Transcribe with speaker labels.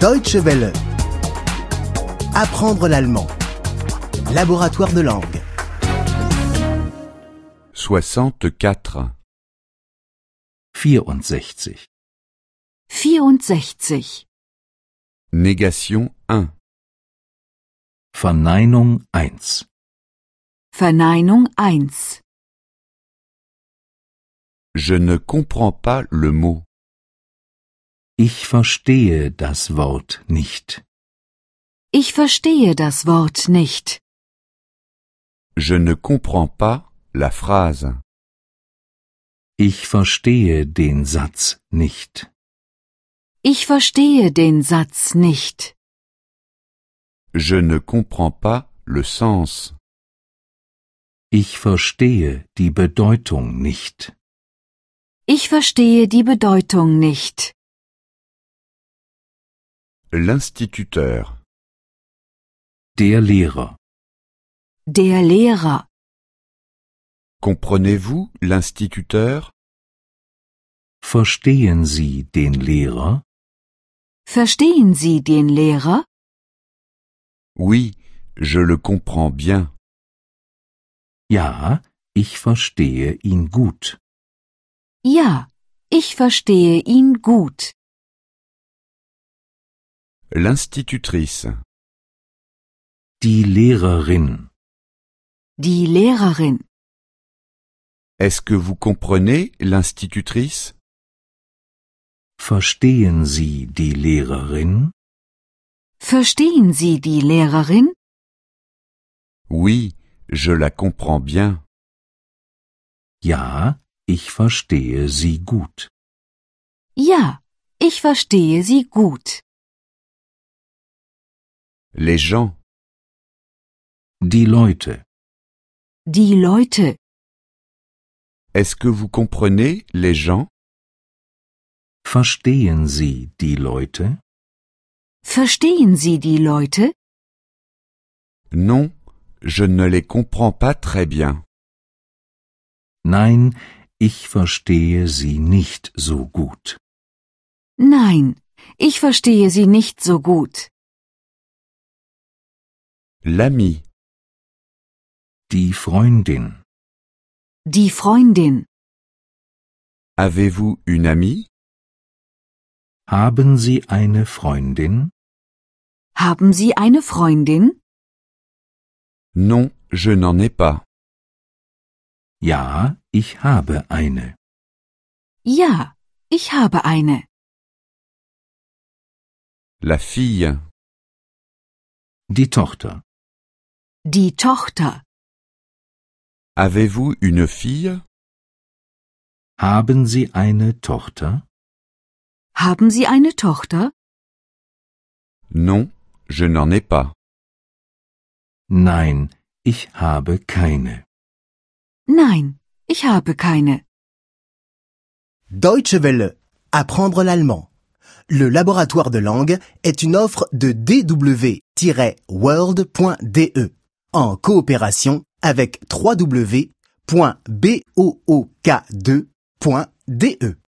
Speaker 1: Deutsche Welle. Apprendre l'allemand. Laboratoire de langue.
Speaker 2: 64.
Speaker 3: 64.
Speaker 4: 64.
Speaker 2: Négation 1.
Speaker 3: Verneinung 1.
Speaker 4: Verneinung 1.
Speaker 2: Je ne comprends pas le mot.
Speaker 3: Ich verstehe das Wort nicht.
Speaker 4: Ich verstehe das Wort nicht.
Speaker 2: Je ne comprends pas la phrase.
Speaker 3: Ich verstehe den Satz nicht.
Speaker 4: Ich verstehe den Satz nicht.
Speaker 2: Je ne comprends pas le sens.
Speaker 3: Ich verstehe die Bedeutung nicht.
Speaker 4: Ich verstehe die Bedeutung nicht.
Speaker 2: L'instituteur.
Speaker 3: Der Lehrer.
Speaker 4: Der Lehrer.
Speaker 2: Comprenez-vous l'instituteur
Speaker 3: Verstehen Sie den Lehrer?
Speaker 4: Verstehen Sie den Lehrer?
Speaker 2: Oui, je le comprends bien.
Speaker 3: Ja, ich verstehe ihn gut.
Speaker 4: Ja, ich verstehe ihn gut.
Speaker 2: L'institutrice.
Speaker 3: Die Lehrerin.
Speaker 4: Die Lehrerin.
Speaker 2: Est-ce que vous comprenez l'institutrice
Speaker 3: Verstehen Sie die Lehrerin?
Speaker 4: Verstehen Sie die Lehrerin?
Speaker 2: Oui, je la comprends bien.
Speaker 3: Ja, ich verstehe sie gut.
Speaker 4: Ja, ich verstehe sie gut.
Speaker 2: Les gens.
Speaker 3: Die Leute.
Speaker 4: Die Leute.
Speaker 2: Est-ce que vous comprenez les gens
Speaker 3: Verstehen Sie die Leute?
Speaker 4: Verstehen Sie die Leute?
Speaker 2: Non, je ne les comprends pas très bien.
Speaker 3: Nein, ich verstehe sie nicht so gut.
Speaker 4: Nein, ich verstehe sie nicht so gut.
Speaker 2: L'ami.
Speaker 3: Die Freundin.
Speaker 4: Die Freundin.
Speaker 2: Avez-vous une amie
Speaker 3: Haben Sie eine Freundin?
Speaker 4: Haben Sie eine Freundin?
Speaker 2: Non, je n'en ai pas.
Speaker 3: Ja, ich habe eine.
Speaker 4: Ja, ich habe eine.
Speaker 2: La fille.
Speaker 3: Die Tochter.
Speaker 4: Die Tochter.
Speaker 2: Avez-vous une fille
Speaker 3: Haben Sie eine Tochter?
Speaker 4: Haben Sie eine Tochter?
Speaker 2: Non, je n'en ai pas.
Speaker 3: Nein, ich habe keine.
Speaker 4: Nein, ich habe keine.
Speaker 1: Deutsche Welle. Apprendre l'allemand. Le laboratoire de langue est une offre de dw-world.de E. en coopération avec www.book2.de.